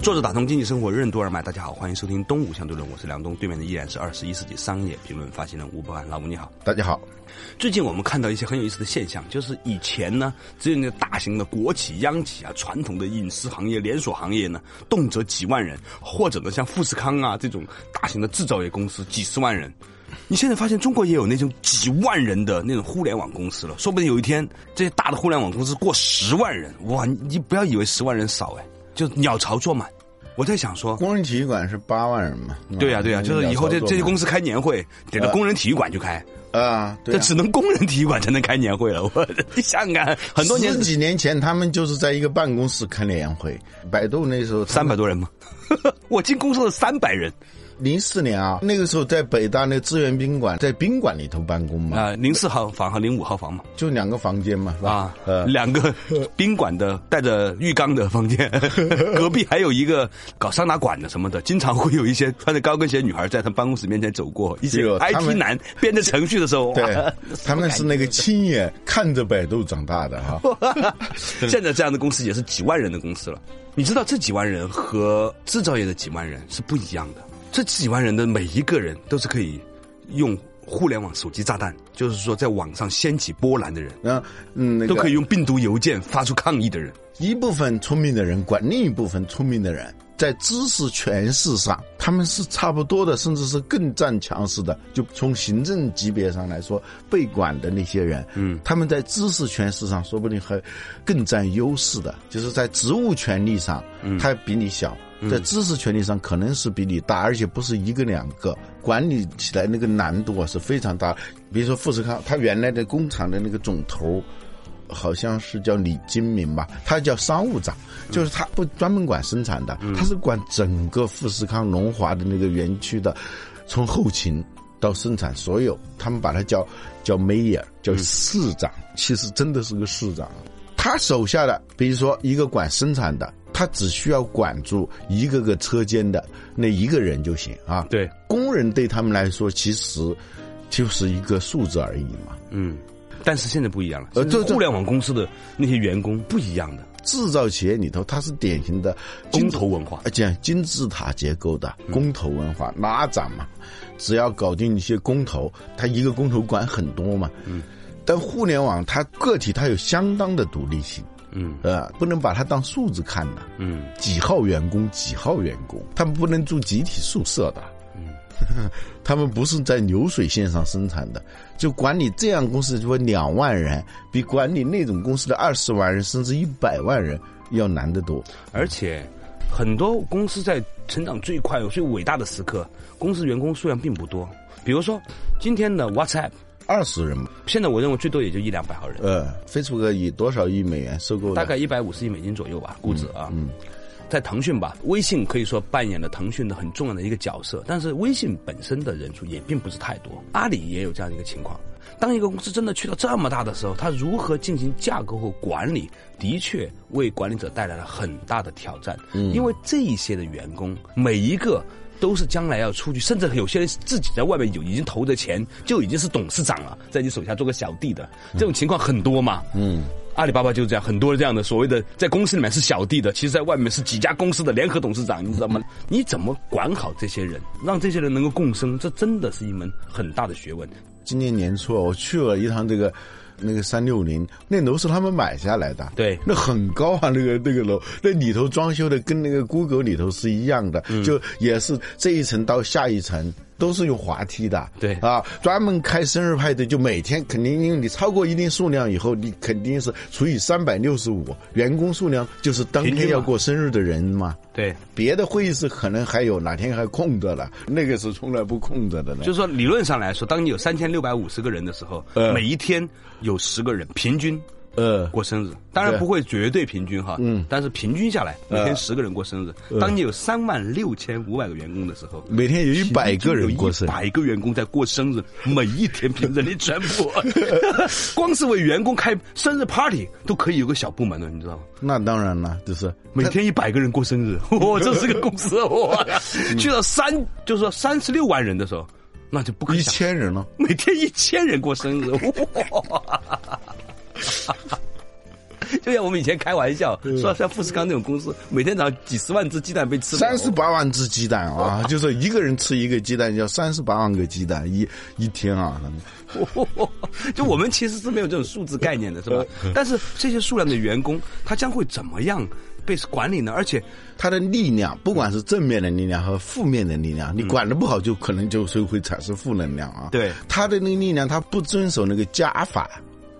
坐着打通经济生活任督二脉，大家好，欢迎收听《东吴相对论》，我是梁东，对面的依然是二十一世纪商业评论发行人吴伯凡。老吴你好，大家好，最近我们看到一些很有意思的现象，就是以前呢，只有那大型的国企、央企啊，传统的饮食行业、连锁行业呢，动辄几万人，或者呢像富士康啊这种大型的制造业公司，几十万人。你现在发现中国也有那种几万人的那种互联网公司了，说不定有一天这些大的互联网公司过十万人，哇！你你不要以为十万人少哎，就鸟巢坐满。我在想说，工人体育馆是八万人嘛？嗯对呀、对呀、就是以后这这些公司司开年会，得到工人体育馆去开，啊，对这啊只能工人体育馆才能开年会了。我 你想想看，很多年十几年前，他们就是在一个办公室开年会。百度那时候，三百多人嘛， 我进公司的三百人零四年啊，那个时候在北大那个资源宾馆，在宾馆里头办公嘛，啊，零四号房和零五号房嘛就两个房间嘛，是吧？啊，呃两 个宾馆的带着浴缸的房间， 隔壁还有一个搞桑拿馆的什么的，经常会有一些穿着高跟鞋女孩在他办公室面前走过，一些这个他 IT 们男编着程序的时候， 对哇，他们是那个亲眼看着百度长大的哈、哦现在这样的公司也是几万人的公司了。你知道这几万人和制造业的几万人是不一样的。这几万人的每一个人都是可以用互联网手机炸弹，就是说在网上掀起波澜的人，然后，嗯，那个都可以用病毒邮件发出抗议的人。一部分聪明的人管另一部分聪明的人，在知识权势上，他们是差不多的，甚至是更占强势的。就从行政级别上来说，被管的那些人，嗯，他们在知识权势上说不定还更占优势的，就是在职务权利上，他比你小。在知识权利上可能是比你大，而且不是一个两个，管理起来那个难度啊是非常大。比如说富士康，他原来的工厂的那个总头，好像是叫李金铭吧，他叫商务长，就是他不专门管生产的，他是管整个富士康龙华的那个园区的，从后勤到生产所有，他们把他叫叫 mayor，叫市长，其实真的是个市长。他手下的，比如说一个管生产的，他只需要管住一个个车间的那一个人就行啊。对，工人对他们来说，其实就是一个数字而已嘛。嗯，但是现在不一样了，呃现在这这互联网公司的那些员工不一样的制造企业里头，它是典型的公金投文化。而且金字塔结构的公投文化拉涨嘛，只要搞定一些公投，它一个公投管很多嘛。嗯，但互联网它个体它有相当的独立性，嗯呃，不能把它当数字看的。嗯，几号员工，几号员工，他们不能住集体宿舍的。嗯， 他们不是在流水线上生产的，就管理这样公司，就说两万人，比管理那种公司的二十万人甚至一百万人要难得多。而且很多公司在成长最快、最伟大的时刻，公司员工数量并不多。比如说今天的 WhatsApp，二十人嘛，现在我认为最多也就一两百号人，呃，Facebook 以多少亿美元收购的？大概一百五十亿美金左右吧，估值啊。在腾讯吧，微信可以说扮演了腾讯的很重要的一个角色，但是微信本身的人数也并不是太多。阿里也有这样一个情况，当一个公司真的去到这么大的时候，它如何进行架构和管理，的确为管理者带来了很大的挑战。因为这一些的员工，每一个。都是将来要出去，甚至有些人自己在外面有已经投的钱，就已经是董事长了，在你手下做个小弟的，这种情况很多嘛。嗯，阿里巴巴就是这样，很多这样的所谓的在公司里面是小弟的，其实在外面是几家公司的联合董事长，你知道吗？你怎么管好这些人，让这些人能够共生，这真的是一门很大的学问。今年年初啊我去了一趟这个。那个三六零那楼是他们买下来的，对那很高啊，那个那个楼，那里头装修的跟那个 Google 里头是一样的，嗯就也是这一层到下一层都是有滑梯的，对啊，专门开生日派对，就每天肯定因为你超过一定数量以后，你肯定是除以三百六十五，员工数量就是当平均天嘛要过生日的人嘛，对，别的会议室可能还有哪天还空着了，那个是从来不空着的呢。就是说理论上来说，当你有三千六百五十个人的时候，每一天有十个人，平均呃，过生日，当然对呃不会绝对平均哈，嗯，但是平均下来，每天十个人过生日。当你有三万六千五百个员工的时候，每天有一百个人过生日，百个员工在过生日，每一天凭着你全 部，光是为员工开生日 party 都可以有个小部门了，你知道吗？那当然了，就是每天一百个人过生日，哇，这是个公司， 哇，嗯去到三，就是说三十六万人的时候，那就不可一想千人了。 每天一千人过生日，哇！ 就像我们以前开玩笑说，像富士康那种公司，每天早上几十万只鸡蛋被吃掉三十八万只鸡蛋啊，就是一个人吃一个鸡蛋，要三十八万个鸡蛋一一天啊。他们就我们其实是没有这种数字概念的，是吧？但是这些数量的员工，他将会怎么样被管理呢？而且它的力量，不管是正面的力量和负面的力量，你管得不好，就可能就是会产生负能量啊。嗯对它的那个力量，它不遵守那个加法，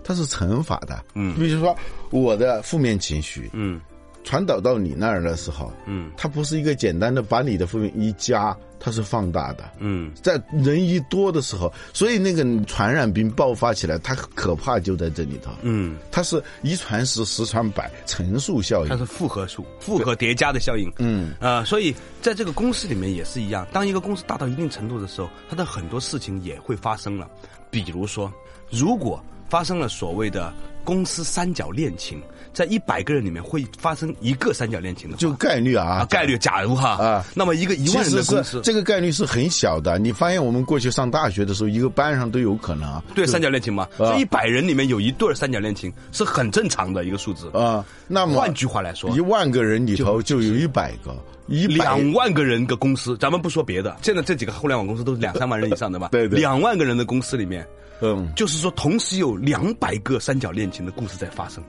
它是乘法的。嗯，比如说我的负面情绪，嗯，传导到你那儿的时候，嗯，它不是一个简单的把你的负面一加，它是放大的。嗯，在人一多的时候，所以那个传染病爆发起来，它可怕就在这里头。嗯，它是一传十，十传百，乘数效它应。是复合数、复合叠加的效应。嗯，呃，所以在这个公司里面也是一样，当一个公司大到一定程度的时候，它的很多事情也会发生了。比如说，如果发生了所谓的公司三角恋情，在一百个人里面会发生一个三角恋情的话就概率啊啊，概率假如哈啊那么一个一其万人实的公是司，这个概率是很小的。你发现我们过去上大学的时候，一个班上都有可能啊。对三角恋情嘛，啊这一百人里面有一对儿三角恋情是很正常的一个数字。啊，那么换句话来说一，万个人里头就有一百个，一百两万个人的公司，咱们不说 别的，现在这几个互联网公司都是两三万人以上的吧？对对两万个人的公司里面，嗯就是说同时有两百个三角恋情的故事在发生。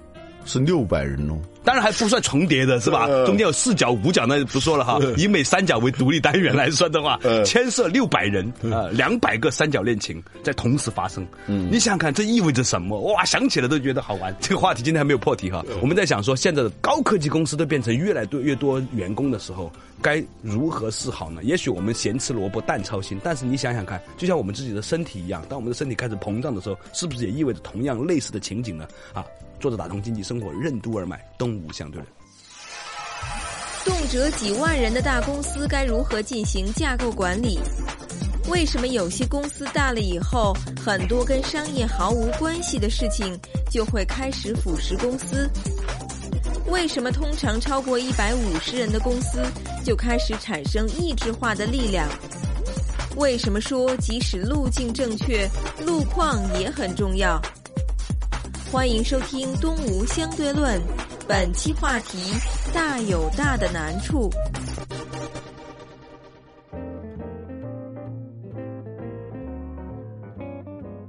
是六百人哦。当然还不算重叠的是吧？中间有四角、五角，那就不说了哈。以每三角为独立单元来算的话，牵涉六百人，呃，两百个三角恋情在同时发生。你想想看，这意味着什么？哇，想起来都觉得好玩。 这个话题今天还没有破题哈。我们在想说，现在的高科技公司都变成越来越多员工的时候，该如何是好呢？也许我们咸吃萝卜淡操心，但是你想想看，就像我们自己的身体一样，当我们的身体开始膨胀的时候，是不是也意味着同样类似的情景呢？啊，作者打通经济生活任督二脉，东吴相对论。动辄几万人的大公司该如何进行架构管理？为什么有些公司大了以后，很多跟商业毫无关系的事情就会开始腐蚀公司？为什么通常超过一百五十人的公司就开始产生意志化的力量？为什么说即使路径正确，路况也很重要？欢迎收听《东吴相对论》，本期话题：大有大的难处。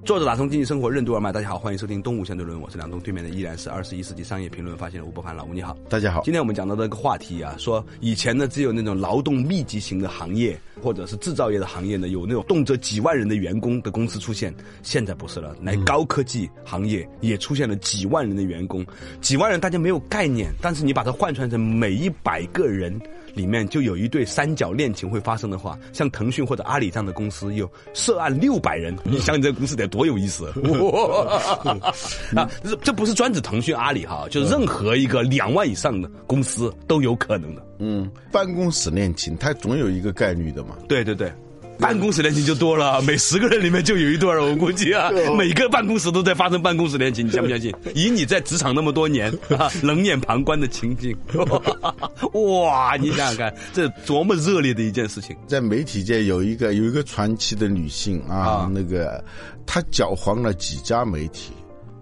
作者打通经济生活任督二脉，大家好，欢迎收听《东吴相对论》，我是梁东，对面的依然是二十一世纪商业评论发现人吴伯凡，老吴你好。大家好，今天我们讲到的一个话题啊，说以前呢只有那种劳动密集型的行业，或者是制造业的行业呢，有那种动辄几万人的员工的公司出现，现在不是了，来高科技行业也出现了几万人的员工，几万人大家没有概念，但是你把它换算成每一百个人。里面就有一对三角恋情会发生的话，像腾讯或者阿里这样的公司有涉案六百人，你想你这个公司得多有意思 啊！这这不是专指腾讯、阿里哈，就任何一个两万以上的公司都有可能的。嗯，办公室恋情它总有一个概率的嘛。对对对。办公室恋情就多了，每十个人里面就有一对儿，我估计啊，每个办公室都在发生办公室恋情，你相不相信？以你在职场那么多年， 啊、冷眼旁观的情景， 哇，你想想看，这多么热烈的一件事情！在媒体界有一个有一个传奇的女性啊，啊那个她搅黄了几家媒体。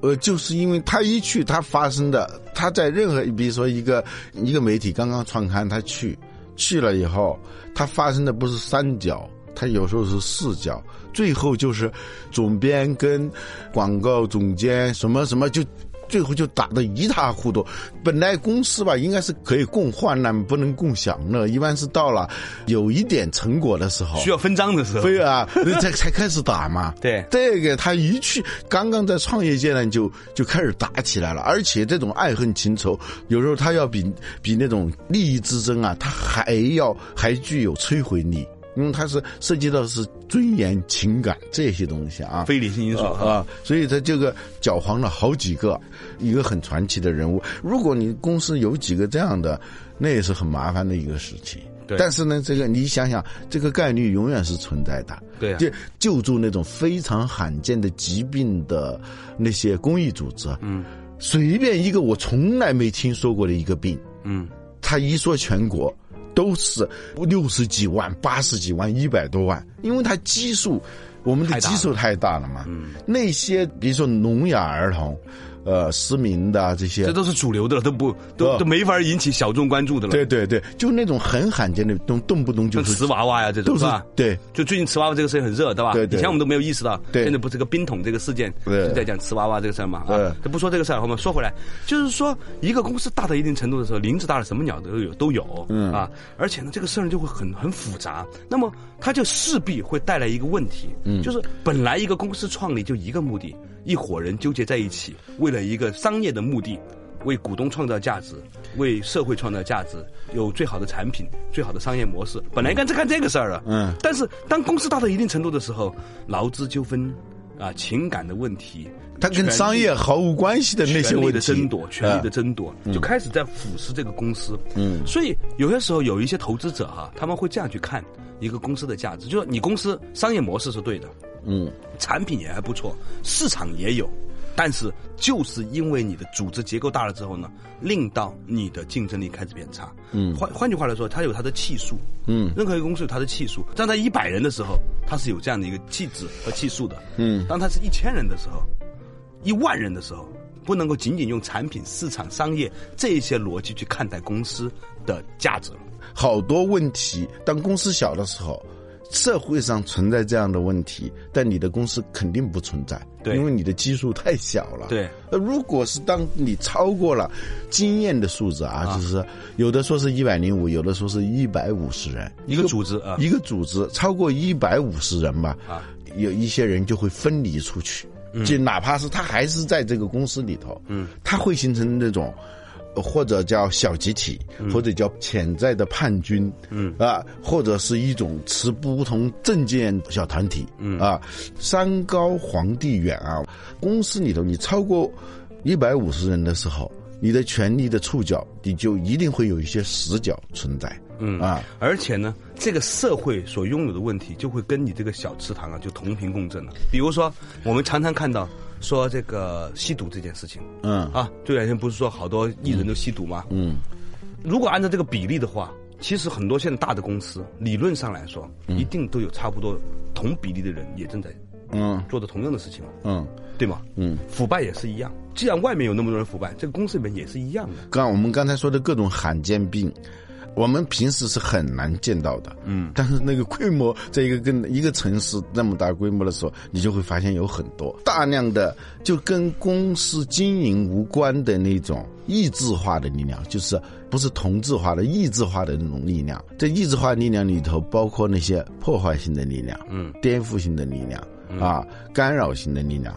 呃，就是因为她一去，她发生的，她在任何，比如说一个一个媒体刚刚创刊，她去去了以后，她发生的不是三角，她有时候是四角，最后就是总编跟广告总监什么什么就。最后就打得一塌糊涂。本来公司吧应该是可以共患难，不能共享乐。一般是到了有一点成果的时候，需要分赃的时候，非啊，才才开始打嘛。对这个他一去，刚刚在创业阶段就就开始打起来了，而且这种爱恨情仇，有时候他要比比那种利益之争啊，他还要还具有摧毁力。因为它是涉及到是尊严、情感这些东西啊，非理性因素啊、啊所以他这个搅黄了好几个，一个很传奇的人物。如果你公司有几个这样的，那也是很麻烦的一个事情。对但是呢，这个你想想，这个概率永远是存在的。对啊就救助那种非常罕见的疾病的那些公益组织，嗯，随便一个我从来没听说过的一个病，嗯，他一说全国都是六十几万、八十几万、一百多万，因为他基数，我们的太大基数太大了嘛。嗯，那些比如说聋哑儿童，呃，失明的啊这些，这都是主流的了，都不都啊都没法引起小众关注的了。对，对对，就那种很罕见的，动动不动就像是瓷娃娃呀这种都是是吧？对。就最近瓷娃娃这个事情很热，对吧？对对以前我们都没有意识到，对现在不是这个冰桶这个事件，对就在讲瓷娃娃这个事儿嘛？啊对，这不说这个事儿，我们说回来，就是说一个公司大到一定程度的时候，林子大了，什么鸟都有都有，嗯啊，而且呢，这个事儿就会很很复杂，那么它就势必会带来一个问题，嗯，就是本来一个公司创立就一个目的，一伙人纠结在一起，为了一个商业的目的。为股东创造价值，为社会创造价值，有最好的产品、最好的商业模式。本来应该是干这个事儿啊，嗯但是当公司大到一定程度的时候，劳资纠纷啊、情感的问题，它跟商业毫无关系的那些权力问的题争夺、权力的啊争夺，就开始在腐蚀这个公司。嗯，所以有些时候有一些投资者哈、他们会这样去看一个公司的价值，就是你公司商业模式是对的，嗯，产品也还不错，市场也有。但是，就是因为你的组织结构大了之后呢，令到你的竞争力开始变差。嗯，换换句话来说，它有它的气数。嗯，任何一个公司有它的气数。当它一百人的时候，它是有这样的一个气质和气数的。嗯，当它是一千人的时候，一万人的时候，不能够仅仅用产品、市场、商业这一些逻辑去看待公司的价值了。好多问题。当公司小的时候，社会上存在这样的问题，但你的公司肯定不存在，对因为你的基数太小了。对呃，如果是当你超过了经验的数字啊，就是有的说是一百零五，有的说是一百五十人，一个组织啊，一个组织超过一百五十人吧，有一些人就会分离出去，就哪怕是他还是在这个公司里头，嗯，他会形成那种。呃或者叫小集体，或者叫潜在的叛军，嗯啊，或者是一种持不同政见小团体，嗯啊，山高皇帝远啊，公司里头你超过一百五十人的时候，你的权力的触角，你就一定会有一些死角存在，嗯啊，而且呢，这个社会所拥有的问题，就会跟你这个小池塘啊，就同频共振了。比如说，我们常常看到说这个吸毒这件事情，嗯啊，这两天不是说好多艺人都吸毒吗？嗯，如果按照这个比例的话，其实很多现在大的公司，理论上来说，一定都有差不多同比例的人也正在嗯做着同样的事情了，嗯。对吗？嗯，腐败也是一样。既然外面有那么多人腐败，这个公司里面也是一样的。刚我们刚才说的各种罕见病，我们平时是很难见到的。嗯，但是那个规模，在一个跟一个城市那么大规模的时候，你就会发现有很多大量的就跟公司经营无关的那种意志化的力量，就是不是同质化的意志化的那种力量。这意志化力量里头，包括那些破坏性的力量，嗯，颠覆性的力量、啊，干扰性的力量。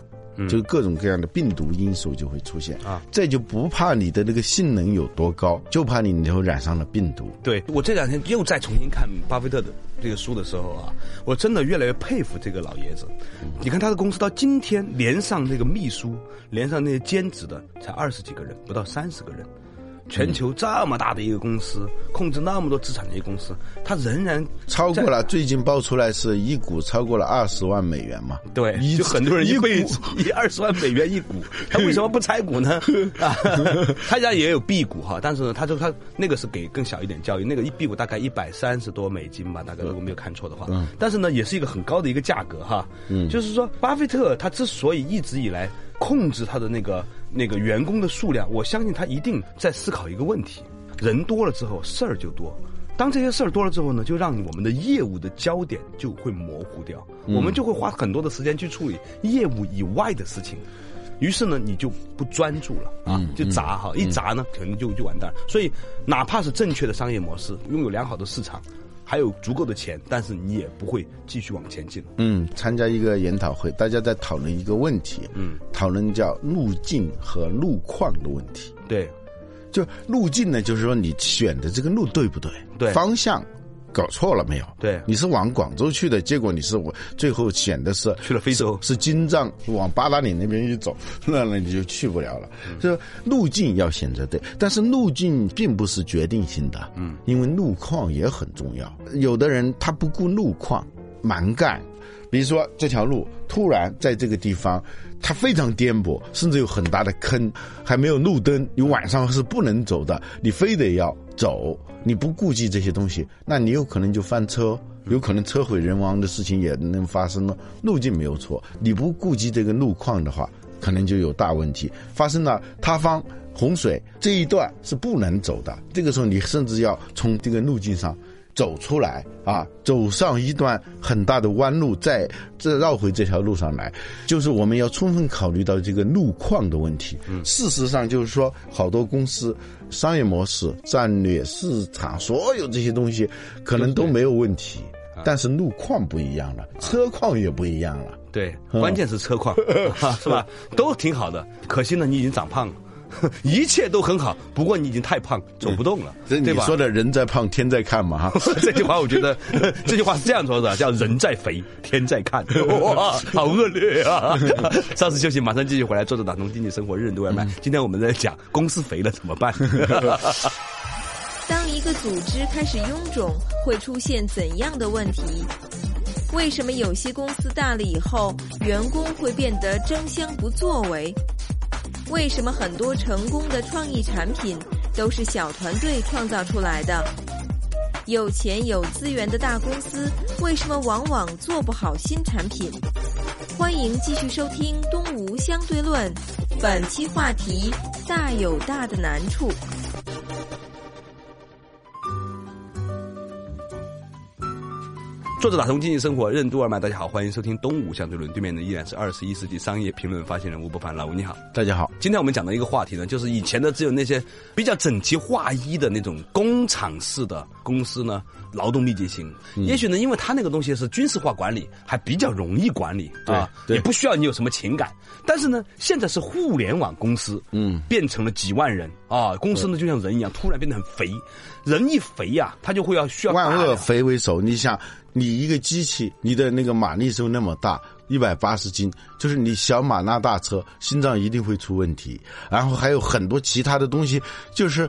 就是各种各样的病毒因素就会出现嗯啊，这就不怕你的那个性能有多高，就怕你里头染上了病毒。对我这两天又再重新看巴菲特的这个书的时候啊，我真的越来越佩服这个老爷子。嗯你看他的公司到今天，连上那个秘书，连上那些兼职的，才二十几个人，不到三十个人。全球这么大的一个公司，控制那么多资产的一个公司，他仍然超过在了最近爆出来是一股超过了二十万美元嘛？对，一就很多人一一股辈子一二十万美元一 股，他为什么不拆股呢？啊， 他家也有 B 股哈，但是呢，他说他那个是给更小一点交易，那个一 B 股大概一百三十多美金吧，大概如果没有看错的话，嗯但是呢，也是一个很高的一个价格哈。嗯，就是说，巴菲特他之所以一直以来控制他的那个那个员工的数量，我相信他一定在思考一个问题：人多了之后事儿就多。当这些事儿多了之后呢，就让我们的业务的焦点就会模糊掉，我们就会花很多的时间去处理业务以外的事情。于是呢，你就不专注了啊，就砸哈，一砸呢，可能就就完蛋了。所以，哪怕是正确的商业模式，拥有良好的市场，还有足够的钱，但是你也不会继续往前进。嗯，参加一个研讨会，大家在讨论一个问题，嗯，讨论叫路径和路况的问题。对，就路径呢，就是说你选的这个路对不对？对方向搞错了没有？对你是往广州去的，结果你是我最后选的是去了非洲是金藏，往八达岭那边一走，那那你就去不了了。嗯这路径要选择对，但是路径并不是决定性的，嗯，因为路况也很重要。有的人他不顾路况，蛮干。比如说这条路突然在这个地方，它非常颠簸，甚至有很大的坑，还没有路灯，你晚上是不能走的，你非得要走，你不顾及这些东西，那你有可能就翻车哦，有可能车毁人亡的事情也能发生了。路径没有错，你不顾及这个路况的话，可能就有大问题。发生了塌方、洪水这一段是不能走的，这个时候你甚至要从这个路径上走出来啊，走上一段很大的弯路，再再绕回这条路上来，就是我们要充分考虑到这个路况的问题。嗯事实上就是说，好多公司商业模式、战略、市场，所有这些东西可能都没有问题，但是路况不一样了，啊车况也不一样了。对，嗯关键是车况， 是吧？都挺好的，可惜呢，你已经长胖了， 一切都很好，不过你已经太胖，走不动了，这对嗯你吧？说的人在胖，天在看 嘛哈。这句话我觉得，这句话是这样说的，叫“人在肥，天在看”。哇，好恶劣啊！ 稍事休息，马上继续回来。坐着打通经济生活，日人都外卖。今天我们在讲公司肥了怎么办。当一个组织开始臃肿，会出现怎样的问题？为什么有些公司大了以后，员工会变得争相不作为？为什么很多成功的创意产品都是小团队创造出来的？有钱有资源的大公司为什么往往做不好新产品？欢迎继续收听《东吴相对论》，本期话题：大有大的难处。作者打通经济生活，任督二脉。大家好，欢迎收听《东吴相对论》，对面的依然是二十一世纪商业评论发现人吴伯凡。老吴你好，大家好，今天我们讲的一个话题呢，就是以前的只有那些比较整齐划一的那种工厂式的公司呢，劳动密集型。嗯也许呢，因为它那个东西是军事化管理，还比较容易管理啊，对也不需要你有什么情感。但是呢，现在是互联网公司，嗯，变成了几万人啊，公司呢就像人一样，突然变得很肥，人一肥呀、他就会要需要 万大恶量肥为首，你想，你一个机器，你的那个马力就那么大，一百八十斤，就是你小马拉大车，心脏一定会出问题。然后还有很多其他的东西，就是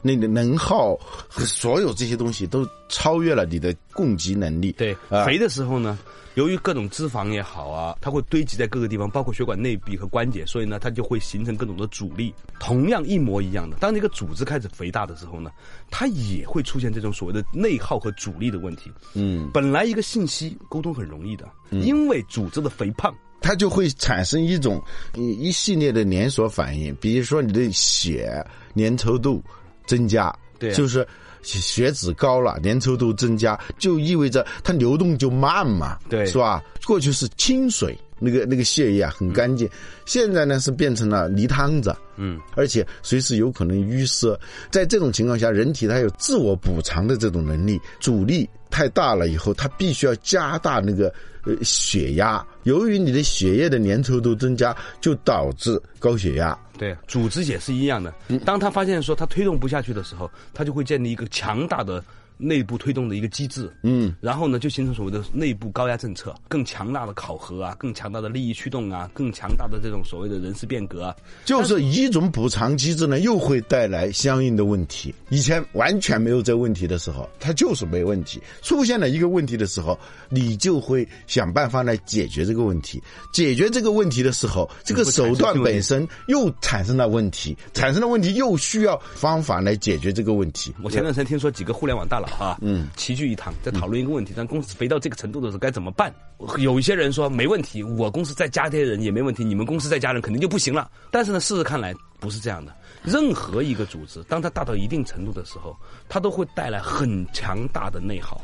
那个能耗和所有这些东西都超越了你的供给能力。对，啊肥的时候呢，由于各种脂肪也好啊，它会堆积在各个地方，包括血管内壁和关节，所以呢，它就会形成各种的阻力。同样一模一样的，当这个组织开始肥大的时候呢，它也会出现这种所谓的内耗和阻力的问题。嗯，本来一个信息沟通很容易的，因为组织的肥胖。它就会产生一种一一系列的连锁反应，比如说你的血粘稠度增加，对啊就是血血脂高了，粘稠度增加，就意味着它流动就慢嘛，对是吧？过去是清水。那个那个血液啊很干净，现在呢是变成了泥汤子，嗯，而且随时有可能淤塞。在这种情况下，人体它有自我补偿的这种能力，阻力太大了以后，它必须要加大那个呃血压。由于你的血液的粘稠度增加，就导致高血压。对，啊嗯组织也是一样的。当他发现说他推动不下去的时候，他就会建立一个强大的内部推动的一个机制。嗯，然后呢，就形成所谓的内部高压政策，更强大的考核啊，更强大的利益驱动啊，更强大的这种所谓的人事变革啊。就是一种补偿机制呢，又会带来相应的问题。以前完全没有这问题的时候，它就是没问题；出现了一个问题的时候，你就会想办法来解决这个问题。解决这个问题的时候，这个手段本身又产生了问题，产生了问题又需要方法来解决这个问题。我前段时间听说几个互联网大佬啊，嗯，齐聚一堂，在讨论一个问题：当公司肥到这个程度的时候该怎么办？有一些人说没问题，我公司再加些人也没问题，你们公司再加人肯定就不行了。但是呢，事实看来不是这样的。任何一个组织，当它大到一定程度的时候，它都会带来很强大的内耗，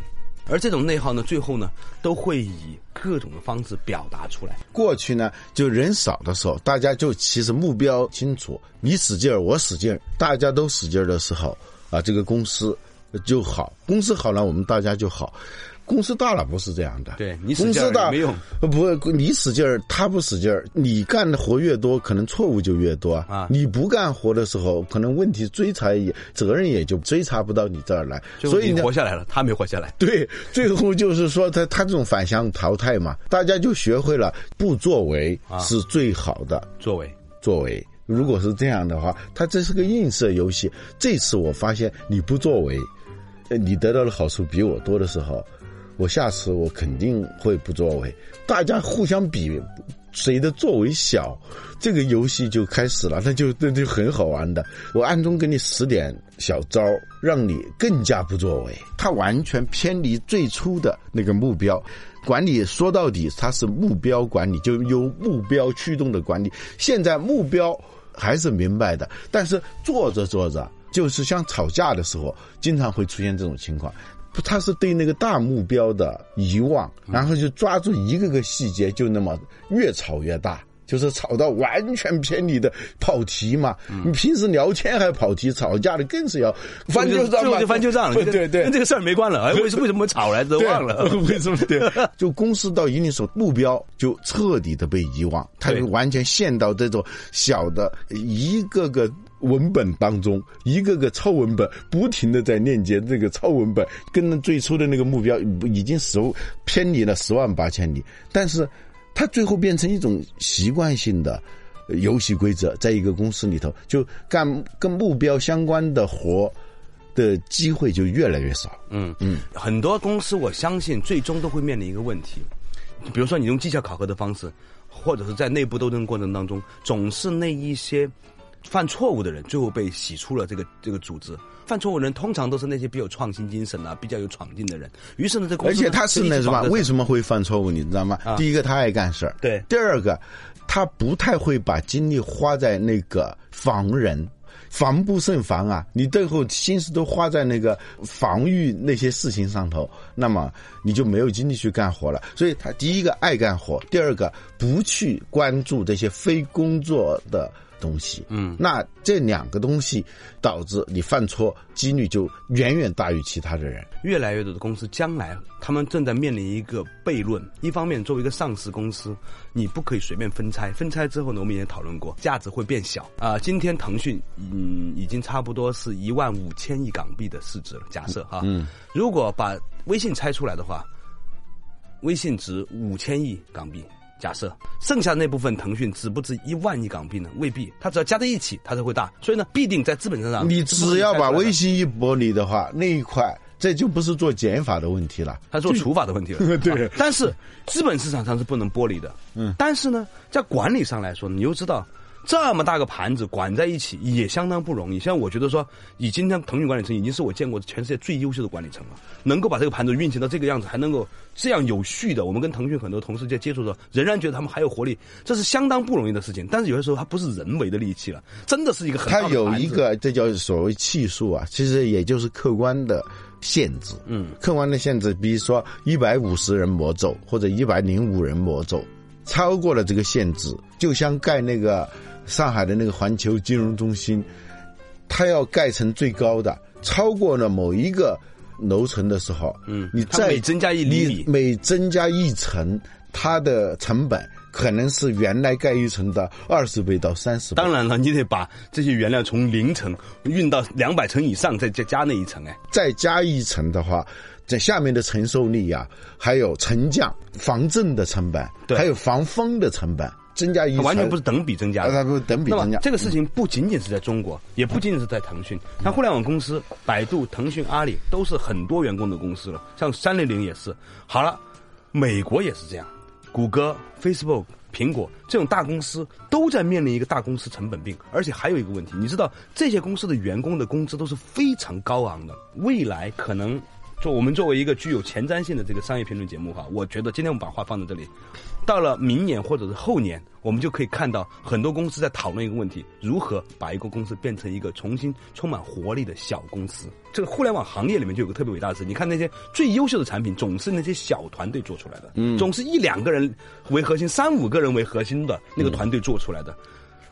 而这种内耗呢，最后呢，都会以各种的方式表达出来。过去呢，就人少的时候，大家就其实目标清楚，你使劲儿，我使劲儿，大家都使劲儿的时候，啊，这个公司就好，公司好了，我们大家就好。公司大了不是这样的，对你使公劲儿司大也没用，不你使劲儿，他不使劲儿，你干的活越多，可能错误就越多啊你不干活的时候，可能问题追查也责任也就追查不到你这儿来，最后所以你呢活。下来了，他没活下来。 对，最后就是说他他这种反向淘汰嘛，大家就学会了不作为是最好的作为作为。如果是这样的话，它这是个映射游戏。这次我发现你不作为，呃你得到的好处比我多的时候，我下次我肯定会不作为。大家互相比谁的作为小，这个游戏就开始了，那就那就很好玩的。我暗中给你使点小招儿，让你更加不作为。它完全偏离最初的那个目标。管理说到底，它是目标管理，就由目标驱动的管理。现在目标还是明白的，但是做着做着，就是像吵架的时候，经常会出现这种情况。不他是对那个大目标的遗忘，然后就抓住一个个细节，就那么越吵越大。就是吵到完全偏离的跑题嘛，你平时聊天还跑题，吵架的更是要翻旧账最后嘛，嗯就翻旧账了， 对跟对对，跟这个事儿没关了。哎，为什为什么吵来着？对忘 了， 为什么？对，就公司到一定时候，目标就彻底的被遗忘，它对就完全陷到这种小的一个个。文本当中，一个个超文本不停的在链接这个超文本，跟最初的那个目标已经十偏离了十万八千里，但是它最后变成一种习惯性的呃游戏规则，在一个公司里头，就干跟目标相关的活的机会就越来越少。嗯嗯，很多公司我相信最终都会面临一个问题，比如说你用绩效考核的方式，或者是在内部斗争过程当中，总是那一些犯错误的人最后被洗出了这个这个组织。犯错误的人通常都是那些比较有创新精神啊、比较有闯劲的人。于是呢，这公而司且他是那那什么？为么？什么会犯错误？你知道吗？第一个，他爱干事儿；啊对第二个，他不太会把精力花在那个防人。防不胜防啊！你最后心思都花在那个防御那些事情上头，那么你就没有精力去干活了。所以他第一个爱干活，第二个不去关注这些非工作的东西。嗯，那这两个东西导致你犯错几率就远远大于其他的人。越来越多的公司将来他们正在面临一个悖论：一方面，作为一个上市公司，你不可以随便分拆，分拆之后呢，我们以前讨论过，价值会变小啊、今天腾讯嗯已经差不多是一万五千亿港币的市值了，假设哈，嗯，如果把微信拆出来的话，微信值五千亿港币。假设剩下那部分腾讯值不值一万亿港币呢？未必，它只要加在一起，它才会大。所以呢，必定在资本上，你只要把微信，信一剥离的话，那一块这就不是做减法的问题了。它做除法的问题了。 对啊但是资本市场上是不能剥离的。嗯，但是呢，在管理上来说，你又知道。这么大个盘子管在一起也相当不容易。像我觉得说，以今天腾讯管理层已经是我见过的全世界最优秀的管理层了，能够把这个盘子运行到这个样子，还能够这样有序的。我们跟腾讯很多同事在接触的时候，仍然觉得他们还有活力，这是相当不容易的事情。但是有些时候，它不是人为的力气了，真的是一个很大它的有盘子一个这叫所谓系数啊，其实也就是客观的限制。嗯，客观的限制，比如说一百五十人魔咒或者一百零五人魔咒，超过了这个限制，就像盖那个上海的那个环球金融中心，它要盖成最高的，超过了某一个楼层的时候，嗯你它再每增加一厘米你每增加一层，它的成本可能是原来盖一层的二十倍到三十倍。当然了，你得把这些原料从零层运到两百层以上，再再加那一层。哎，再加一层的话，在下面的承受力呀、还有沉降、防震的成本，对还有防风的成本，增加一它层，完全不是等比增加的，啊它不是等比增那加么这个事情不仅仅是在中国，也不仅仅是在腾讯，像互联网公司，百度、腾讯、阿里都是很多员工的公司了，像三六零也是。好了，美国也是这样，谷歌、Facebook。苹果这种大公司都在面临一个大公司成本病，而且还有一个问题，你知道这些公司的员工的工资都是非常高昂的，未来可能就我们作为一个具有前瞻性的这个商业评论节目哈，我觉得今天我们把话放在这里，到了明年或者是后年，我们就可以看到很多公司在讨论一个问题：如何把一个公司变成一个重新充满活力的小公司。这个互联网行业里面就有个特别伟大的事，你看那些最优秀的产品，总是那些小团队做出来的，嗯，总是一两个人为核心、三五个人为核心的那个团队做出来的。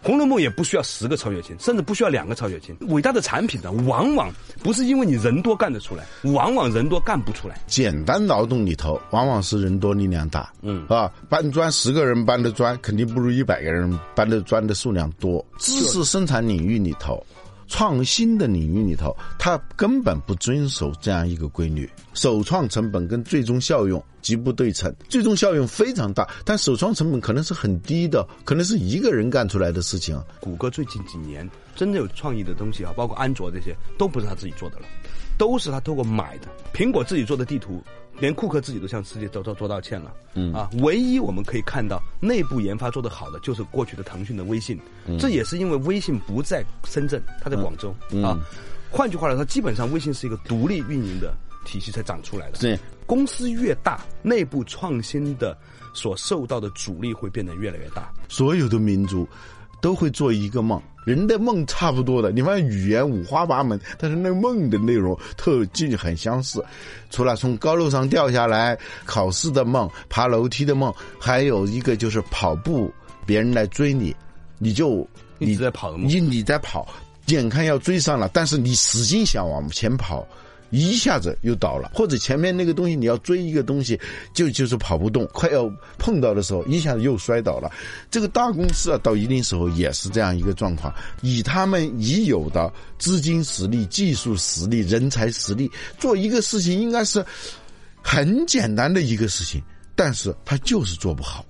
红楼梦》也不需要十个曹雪芹，甚至不需要两个曹雪芹。伟大的产品呢，往往不是因为你人多干得出来，往往人多干不出来。简单劳动里头，往往是人多力量大。嗯啊，搬砖十个人搬的砖，肯定不如一百个人搬的砖的数量多。知识生产领域里头，创新的领域里头，它根本不遵守这样一个规律。首创成本跟最终效用极不对称，最终效用非常大，但首创成本可能是很低的，可能是一个人干出来的事情。谷歌最近几年真的有创意的东西啊，包括安卓这些，都不是他自己做的了，都是他透过买的。苹果自己做的地图，连库克自己都向世界都都都道歉了。嗯啊，唯一我们可以看到内部研发做得好的，就是过去的腾讯的微信，这也是因为微信不在深圳，它在广州、啊。换句话来说，基本上微信是一个独立运营的体系才长出来的。对，公司越大，内部创新的所受到的阻力会变得越来越大。所有的民族都会做一个梦，人的梦差不多的。你发现语言五花八门，但是那梦的内容特技很相似。除了从高楼上掉下来、考试的梦、爬楼梯的梦，还有一个就是跑步，别人来追你，你就一直在跑的梦你你在跑，眼看要追上了，但是你使劲想往前跑。一下子又倒了，或者前面那个东西你要追一个东西，就就是跑不动，快要碰到的时候，一下子又摔倒了。这个大公司啊，到一定时候也是这样一个状况，以他们已有的资金实力、技术实力、人才实力做一个事情，应该是很简单的一个事情，但是他就是做不好。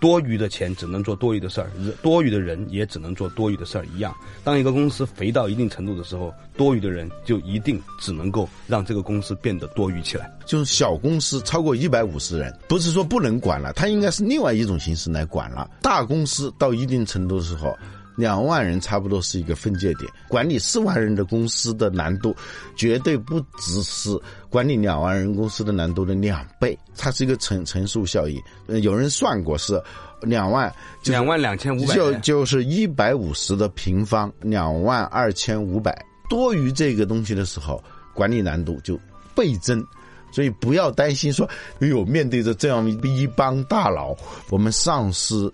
多余的钱只能做多余的事儿，人多余的人也只能做多余的事儿一样。当一个公司肥到一定程度的时候，多余的人就一定只能够让这个公司变得多余起来。就是小公司超过一百五十人，不是说不能管了，它应该是另外一种形式来管了。大公司到一定程度的时候，两万人差不多是一个分界点，管理四万人的公司的难度，绝对不只是管理两万人公司的难度的两倍，它是一个乘乘数效应。呃有人算过是两万，就是两万两千五百就就是一百五十的平方，两万二千五百，多于这个东西的时候，管理难度就倍增。所以不要担心说，哎呦，面对着这样一帮大佬，我们丧失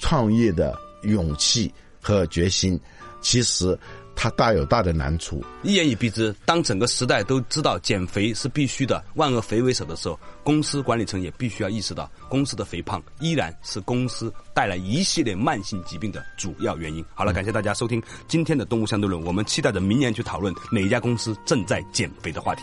创业的勇气和决心。其实它大有大的难处。一言以蔽之，当整个时代都知道减肥是必须的，万恶肥为首的时候，公司管理层也必须要意识到，公司的肥胖依然是公司带来一系列慢性疾病的主要原因。好了，感谢大家收听今天的《动物相对论》，我们期待着明年去讨论哪一家公司正在减肥的话题。